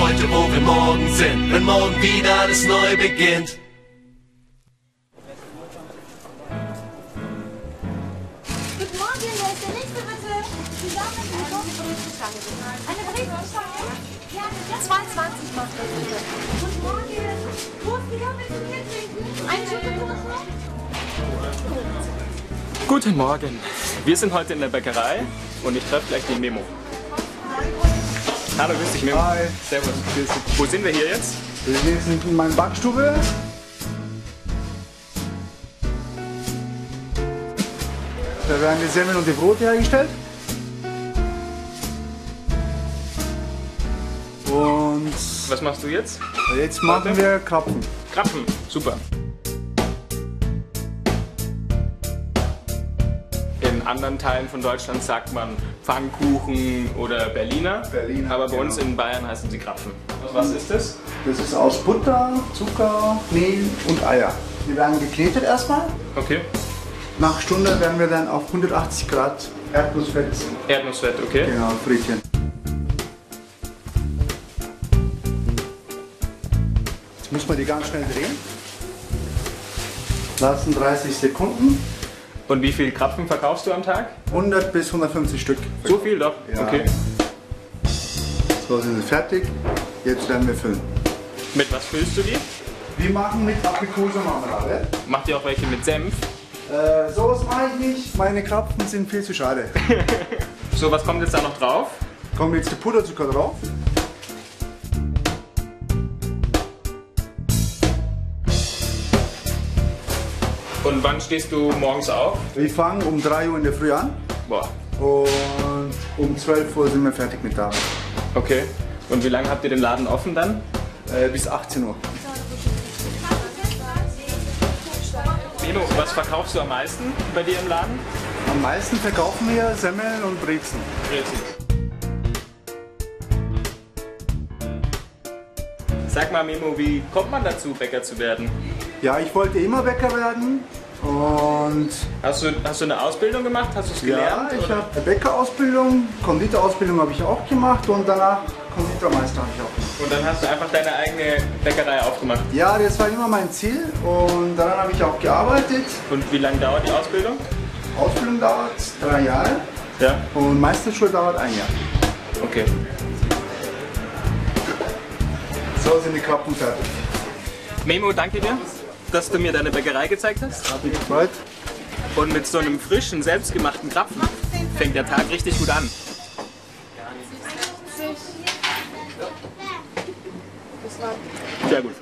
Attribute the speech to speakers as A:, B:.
A: heute, wo wir morgen sind, wenn morgen wieder alles neu beginnt.
B: Guten Morgen, wer ist der Nächste bitte? Zusammen mit Eine Briefstange. Eine Briefstange? Ja, das 22 macht das bitte. Guten Morgen. Wurstiger, willst du Bier trinken? Eine Schokokuchen noch?
C: Guten Morgen. Wir sind heute in der Bäckerei und ich treffe gleich den Memo. Hallo, grüß dich Memo.
D: Hi.
C: Servus. Wo sind wir hier jetzt?
D: Wir sind in meiner Backstube. Da werden die Semmeln und die Brote hergestellt. Und
C: Was machst du jetzt?
D: jetzt machen wir Krapfen.
C: Krapfen. Super. In anderen Teilen von Deutschland sagt man Pfannkuchen oder Berliner.
D: Berliner,
C: Aber bei uns
D: genau.
C: in Bayern heißen sie Krapfen. Und was ist das?
D: Das ist aus Butter, Zucker, Mehl und Eier. Die werden geknetet erstmal.
C: Okay.
D: Nach einer Stunde werden wir dann auf 180 Grad Erdnussfett
C: Erdnussfett, okay.
D: genau, frittieren. Jetzt muss man die ganz schnell drehen. Lassen 30 Sekunden.
C: Und wie viel Krapfen verkaufst du am Tag?
D: 100 bis 150 Stück.
C: So viel doch.
D: Ja.
C: Okay.
D: So sind sie fertig. Jetzt werden wir füllen.
C: Mit was füllst du die?
D: Wir machen mit Aprikosenmarmelade.
C: Macht ihr auch welche mit Senf?
D: Äh, Sowas mache ich nicht. Meine Krapfen sind viel zu schade.
C: So, was kommt jetzt da noch drauf?
D: Kommt jetzt der Puderzucker drauf.
C: Und wann stehst du morgens auf?
D: Wir fangen um 3 Uhr in der Früh an
C: Boah,
D: und um 12 Uhr sind wir fertig mit der Arbeit.
C: okay. Und wie lange habt ihr den Laden offen dann?
D: Äh, bis 18 Uhr.
C: Memo, was verkaufst du am meisten bei dir im Laden?
D: Am meisten verkaufen wir Semmeln und Brezen.
C: Sag mal, Memo, wie kommt man dazu, Bäcker zu werden?
D: Ja, ich wollte immer Bäcker werden und
C: Hast du, hast du eine Ausbildung gemacht? Hast du es
D: ja,
C: gelernt?
D: ich
C: oder?
D: habe eine Bäckerausbildung, Konditorausbildung habe ich auch gemacht und danach Konditormeister habe ich auch gemacht.
C: Und dann hast du einfach deine eigene Bäckerei aufgemacht.
D: Ja, das war immer mein Ziel und daran habe ich auch gearbeitet.
C: Und wie lange dauert die Ausbildung?
D: Ausbildung dauert drei Jahre
C: Ja.
D: und Meisterschule dauert ein Jahr.
C: Okay.
D: So sind die Krapfen fertig.
C: Memo, danke dir, dass du mir deine Bäckerei gezeigt hast.
D: Hat mich gefreut.
C: Und mit so einem frischen, selbstgemachten Krapfen fängt der Tag richtig gut an. Sehr gut.